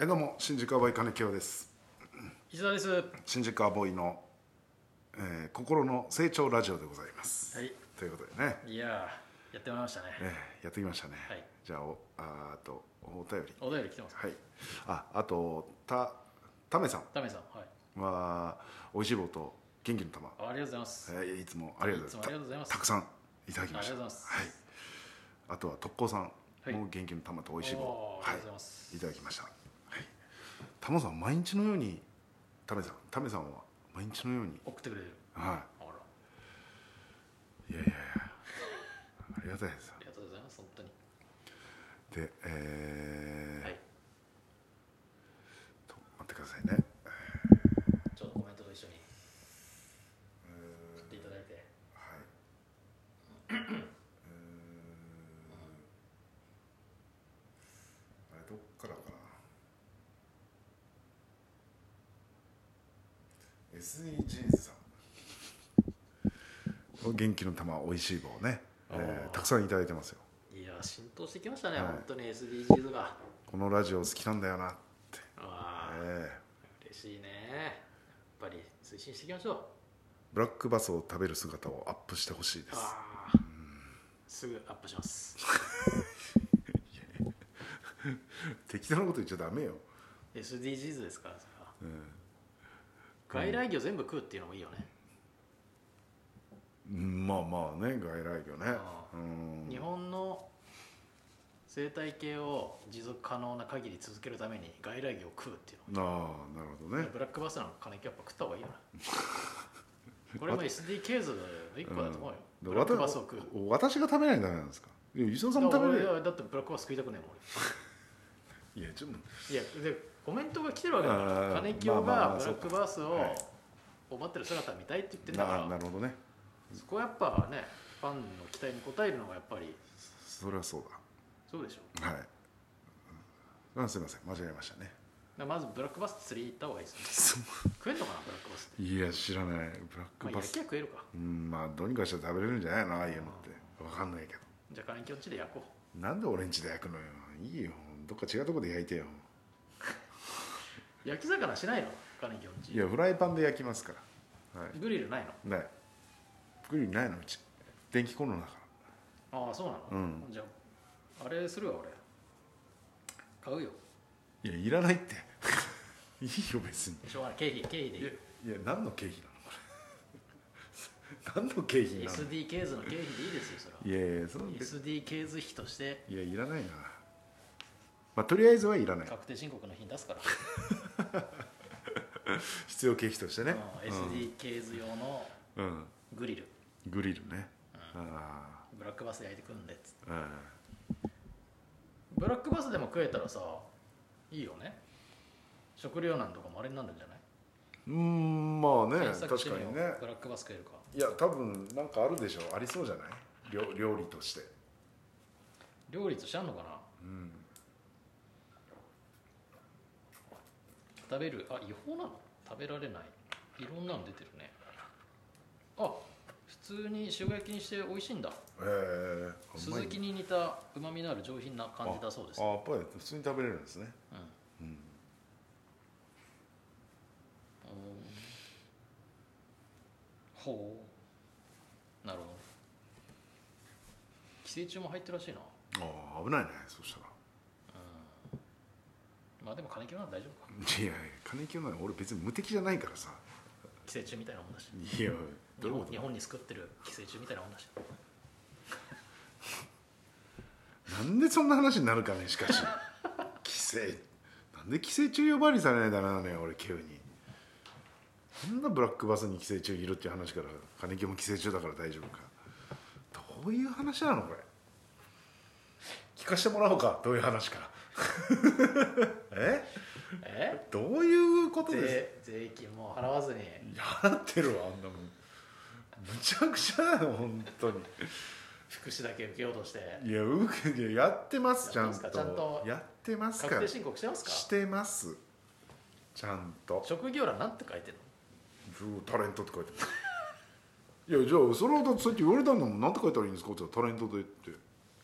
えどうも新宿アボーイ金清です石田です。は新宿アボーイの、えー心の成長ラジオでございます、い。ということでね、いやー、やってもらいましたね。えーやってきましたね、はいじゃあおあーあとお便りお便り来てます。はいああとたためさダメさん、はい。んはおいしい棒と元気の玉、ありがとうございます。えーいつもありがとうございますいつもありがとうございますたたくさんいただきましたありがとうございますはい、あとは特攻さんいも元気の玉とおいしい棒、おーあはりがとうございますいただきました、はい、タモさん毎日のようにタメさんタメさんは毎日のように送ってくれる。はあら、あいいやいやいやありがたいですよりがとうございます。本当に。でえーはい。と待ってくださいねちょっとコメントと一緒に送っていただいて。はいえーあれどっからかな SDGs さんお元気の玉おいしい棒ね、えーあーたくさんいただいてますよいやー、浸透してきましたね。はい本当に SDGs が。このラジオ好きなんだよなって、ああ、え嬉しいね。やっぱり推進していきましょう。ーブラックバスを食べる姿をアップしてほしいですああ、すぐアップします。適当なこと言っちゃダメよ、 SDGs ですからさ。うん外来魚全部食うっていうのもいいよね。うんまあまあね外来魚ねあうーん日本の生態系を持続可能な限り続けるために外来魚を食うっていうああなるほどの、ねブラックバスの金木やっぱ食った方がい いよなこれも SDKs の一個だと思うよ、でブラックバスを食うわた私が食べないとダメなんですかいや磯田さんもだから食べ俺れるはだってブラックバス食いたくないもんいやちょっと俺いやでコメントが来てるわけだかあーら金木がブまあまあまラあックバスをはいお待ってる姿見たいって言ってんだなかならるほどねそこはやっぱねファンの期待に応えるのがやっぱりそれはそうそうでしょだはいうんあすいません間違えましたね だからまずブラックバス釣り行った方がいいですよ食えんのかなブラックバスっていや知らないブラッまクあバ焼きス、は食えるかうんまあどうにかして食べれるんじゃないのああいうのってわかんないけどじゃあ金木の地で焼こなんで俺んちで焼くのよいいよどっか違うとこで焼いてよう焼き魚しないの金木のい地やフライパンで焼きますからはいグリルないのないグリルないのうち電気コンロだかああそうなの、うじゃああれするわ俺買うよらいやいらないっていいよ別にしょうがない経費経費でいいいやいや何の経費なのこれ何の経費なの SDKs の経費でいいですよそれはいやいやその SDKs 費としていやいらないなまあとりあえずはいらない確定申告の日に出すから、必要経費としてねうん SDKs 用のうん、うんグリルグリルね、あブラックバス焼いてくんでっつってあうんブラックバスでも食えたらさいいよね食糧難とかもあれになるんじゃないうーんまあね検索して確かみようにねブラックバス食えるかいや多分なんかあるでしょありそうじゃない料料理として料理としてあんのかなうん食べるあ違法なの食べられないいろんなの出てるねあ普通に塩焼きにして美味しいんだええー、スズキに似たうまみのある上品な感じだそうですあやっぱり普通に食べれるんですねうんうんほうなるほど寄生虫も入ってるらしいなああ危ないねそしたらまあでも金木は大丈夫かいやいや金清なの俺別に無敵じゃないからさ寄生虫みたいなもんだしいやどうい日う本こと日本に救ってる寄生虫みたいなもん だしなんでそんな話になるかねしかし寄生なんで寄生虫呼ばわりされないだなね俺急にそんなブラックバスに寄生虫いるっていう話から金木も寄生虫だから大丈夫かどういう話なのこれ聞かせてもらおうかどういう話 かええどういうことです税税金も払わずに払ってるわあんなもんむちゃくちゃなの本当に福祉だけ受けようとしていやうくいややってますちゃんやとってますかちゃんとやってますか確ら定申告してますかしてますちゃんと職業欄なんて書いてんのタレントって書いてあ るいやじゃあそれはだってさっき言われたんだもんなんて書いたらいいんですかって言ったらタレントでって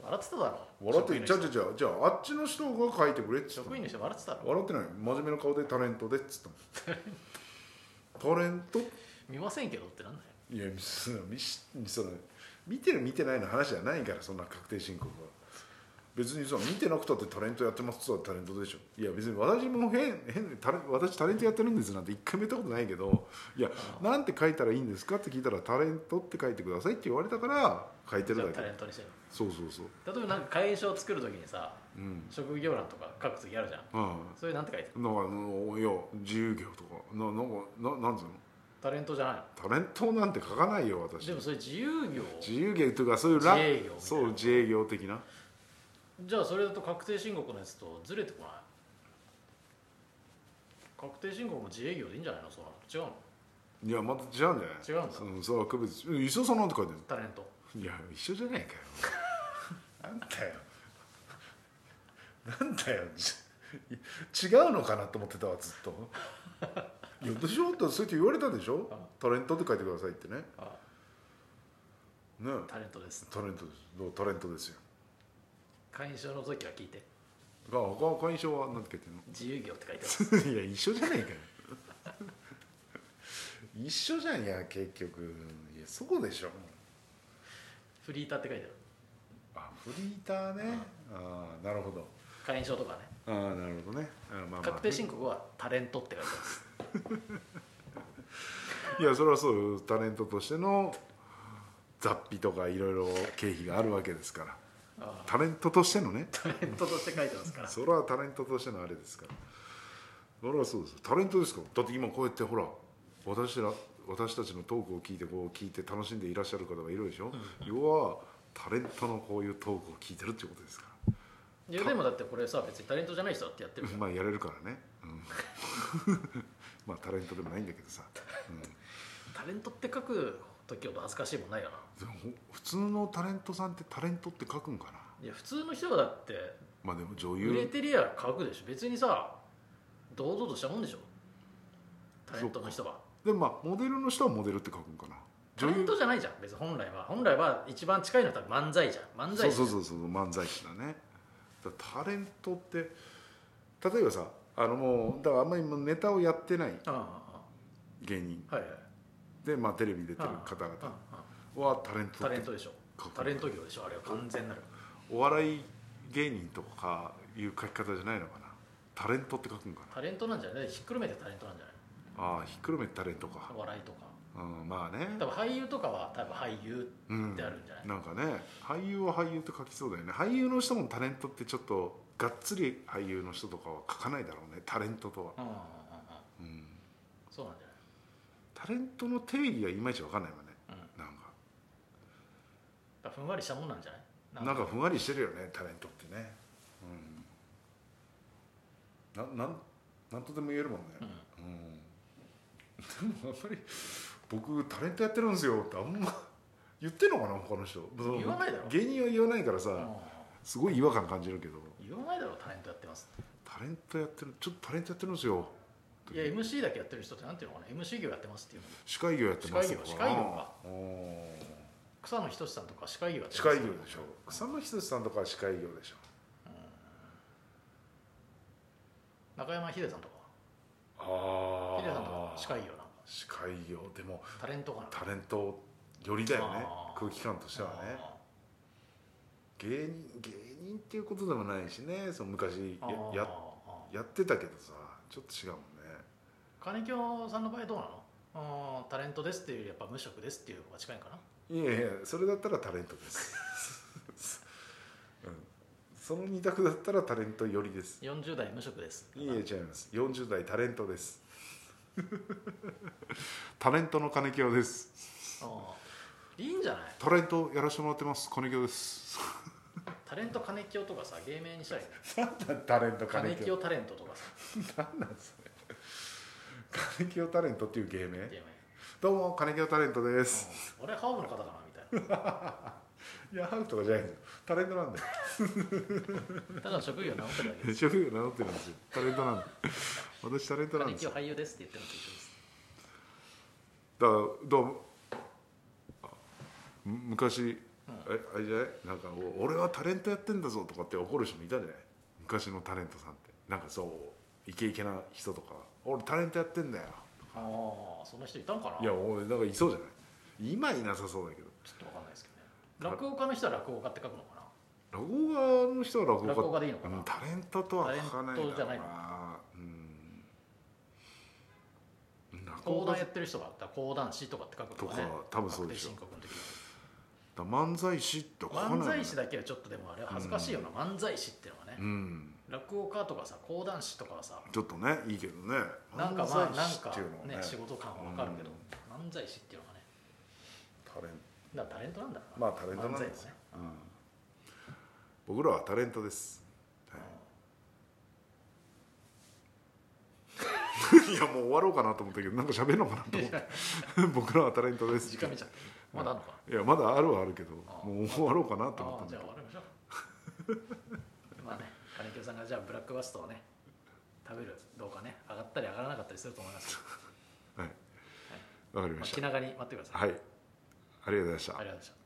あ笑ってただろ笑って職員のじゃ人あじゃあじゃあじゃああっちの人が書いてくれっつったの職員の人笑ってたろ笑ってない真面目な顔でタレントでっつ ったのタレント見ませんけどってなんだよいやみそのみしその見てる見てないの話じゃないからそんな確定申告は別にさ見てなくたってタレントやってますって言ったらタレントでしょいや別に私も変変タレ私タレントやってるんですなんて一回も言ったことないけどいやなんて書いたらいいんですかって聞いたらタレントって書いてくださいって言われたから書いてじゃるあだけタレントにしてるそうそうそう例えばなんか会社を作るときにさうん職業欄とか書くときあるじゃんうんそれなんて書いてるなんかあのいや自由業とかななんかななんつうのタレントじゃないのタレントなんて書かないよ私でもそれ自由業自由業というかそういうラ自営業みたいなそう自営業的なじゃあそれだと確定申告のやつとずれてこない確定申告も自営業でいいんじゃないのそうなの違うのいやまた違うんじゃない違うんだうんそう区別うん磯さんなんて書いてタレントるいや一緒じゃないかよ なんだよなんだよじ違うのかなと思ってたわずっといや私もだってそうやって言われたでしょあタレントって書いてくださいってねねあえタレントですタレントですどうタレントですよ会社の時は聞いてあ他会社は何て書いてんの自由業って書いて ま すいや一緒じゃないかよ一緒じゃんいや結局いやそうでしょフリーターって書いてあるあフリーターね、ああなるほど会員証とかねああなるほどねあーまあまあ確定申告はタレントって書いてますいやそれはそうよタレントとしての雑費とかいろいろ経費があるわけですからああタレントとしてのねタレントとして書いてますからそれはタレントとしてのあれですからそれはそうですよタレントですからだって今こうやってほら私ら私たちのトークを聞いてこう聞いて楽しんでいらっしゃる方がいるでしょ要はタレントのこういうトークを聞いてるってことですから いやでもだってこれさ別にタレントじゃない人だってやってるまあやれるからね、うん まあタレントでもないんだけどさ、うんタレントって書く時ほど恥ずかしいもんないよなでも普通のタレントさんってタレントって書くんかないや普通の人はだってまあでも女売れ優てりゃ書くでしょ別にさ堂々としたもんでしょタレントの人はでもまあモデルの人はモデルって書くんかなタレントじゃないじゃん別に本来は本来は一番近いのは多分漫才じゃん漫そ才う師そうそうそう漫才師だねだからタレントって例えばさあのもうだからあんまりもうネタをやってないああ芸人ああはいはいで、まあ、テレビ出てる方々あああはタレンあトタっレてントでしょ書くタレント業でしょあれは完全なるお笑い芸人とかいう書き方じゃないのかなタレントって書くんかなタレントなんじゃないひっくるめてタレントなんじゃないああひっくるめてタレントか、お笑いとかうん、まあね多分俳優とかは多分俳優うんってあるんじゃないなんかね俳優は俳優って書きそうだよね俳優の人もタレントってちょっとがっつり俳優の人とかは書かないだろうねタレントとは、うんうんうんうんうん、そうなんじゃタレントの定義がいまいちわかんないもんねない、うん、なんだからふんわりしたもんなんじゃないかなんかふんわりしてるよねタレントってね、うん、ななんなんとでも言えるもんね、うんうん、でもあんまり僕タレントやってるんですよってあんま言ってんのかな他の人言わないだろ芸人は言わないからさ、うすごい違和感感じるけどん言わないだろタレントやってますタレントやってるちょっとタレントやってるんですよいや MC だけやってる人ってなんていうのかな MC 業やってますっていうの司会業やってます司会業司会業かおー草野仁さんとか司会業やって司ます会業でしょ草野仁さんとかは司会業でしょ中山秀さんとかあ秀さんとか司会業なん か司会業でもタレントかなタレントよりだよねあー空気感としてはね芸人芸人っていうことでもないしねその昔あやーやあーやってたけどさちょっと違うもんね金京さんの場合どうなのうんタレントですっていうよりやっぱ無職ですっていうのが近いんかないやいやそれだったらタレントです、 うん、その二択だったらタレントよりです40代無職ですいいえ違います40代タレントです タレントの金清ですあーいいんじゃないタレントやらせてもらってます金清ですタレント金京とかさ芸名にしたい タレント金京タレントとかさ何なんですね金清タレントっていう芸名芸名どうも金清タレントです、うん俺ハーブの方かなみたいないやハウとかじゃないんですよタレントなんだよただ職業直ってるだけです 職業名乗ってるんですよタレントなんで私タレントなん金です京よ俳優ですって言ってるのと一緒ですだからどうもあむ昔えあれじゃないなんかお俺はタレントやってんだぞとかって怒る人もいたじゃない昔のタレントさんってなんかそうイケイケな人とか俺タレントやってんだよああそんな人いたんかないや俺なんかいそうじゃない今いなさそうだけどちょっとわかんないですけどね落語家の人は落語家って書くのかな落語家の人は落語家落語家でいいのかなうん、タレントとは書かないだろうタレントじゃないのなうん落講語談家やってる人があったら講談師とかって書くのとか多分そうでしょ確定申告の時だ漫才師って書かない漫才師だけはちょっとでもあれは恥ずかしいよな、漫才師ってのはね、うん落語家とかさ講談師とかはさちょっとねいいけどねなんかまあ漫な才ん師っかていうのはね仕事感はわかるけど、漫才師っていうのがねタレンだからタレントなんだろうまあタレントなん漫才でもすねよ、うん僕らはタレントです、はい、いやもう終わろうかなと思ったけどなんか喋るのかなと思って僕らはタレントです時間見ちゃってまだあるのかなゃいやまだあるはあるけどあもう終わろうかなと思ったああんじだゃあけ終どわりましょう まあね金城さんがじゃあブラックバストをね食べるどうかね上がったり上がらなかったりすると思いますけど、はいわかりままあし気た長に待ってください、はいありがとうございましたありがとうございました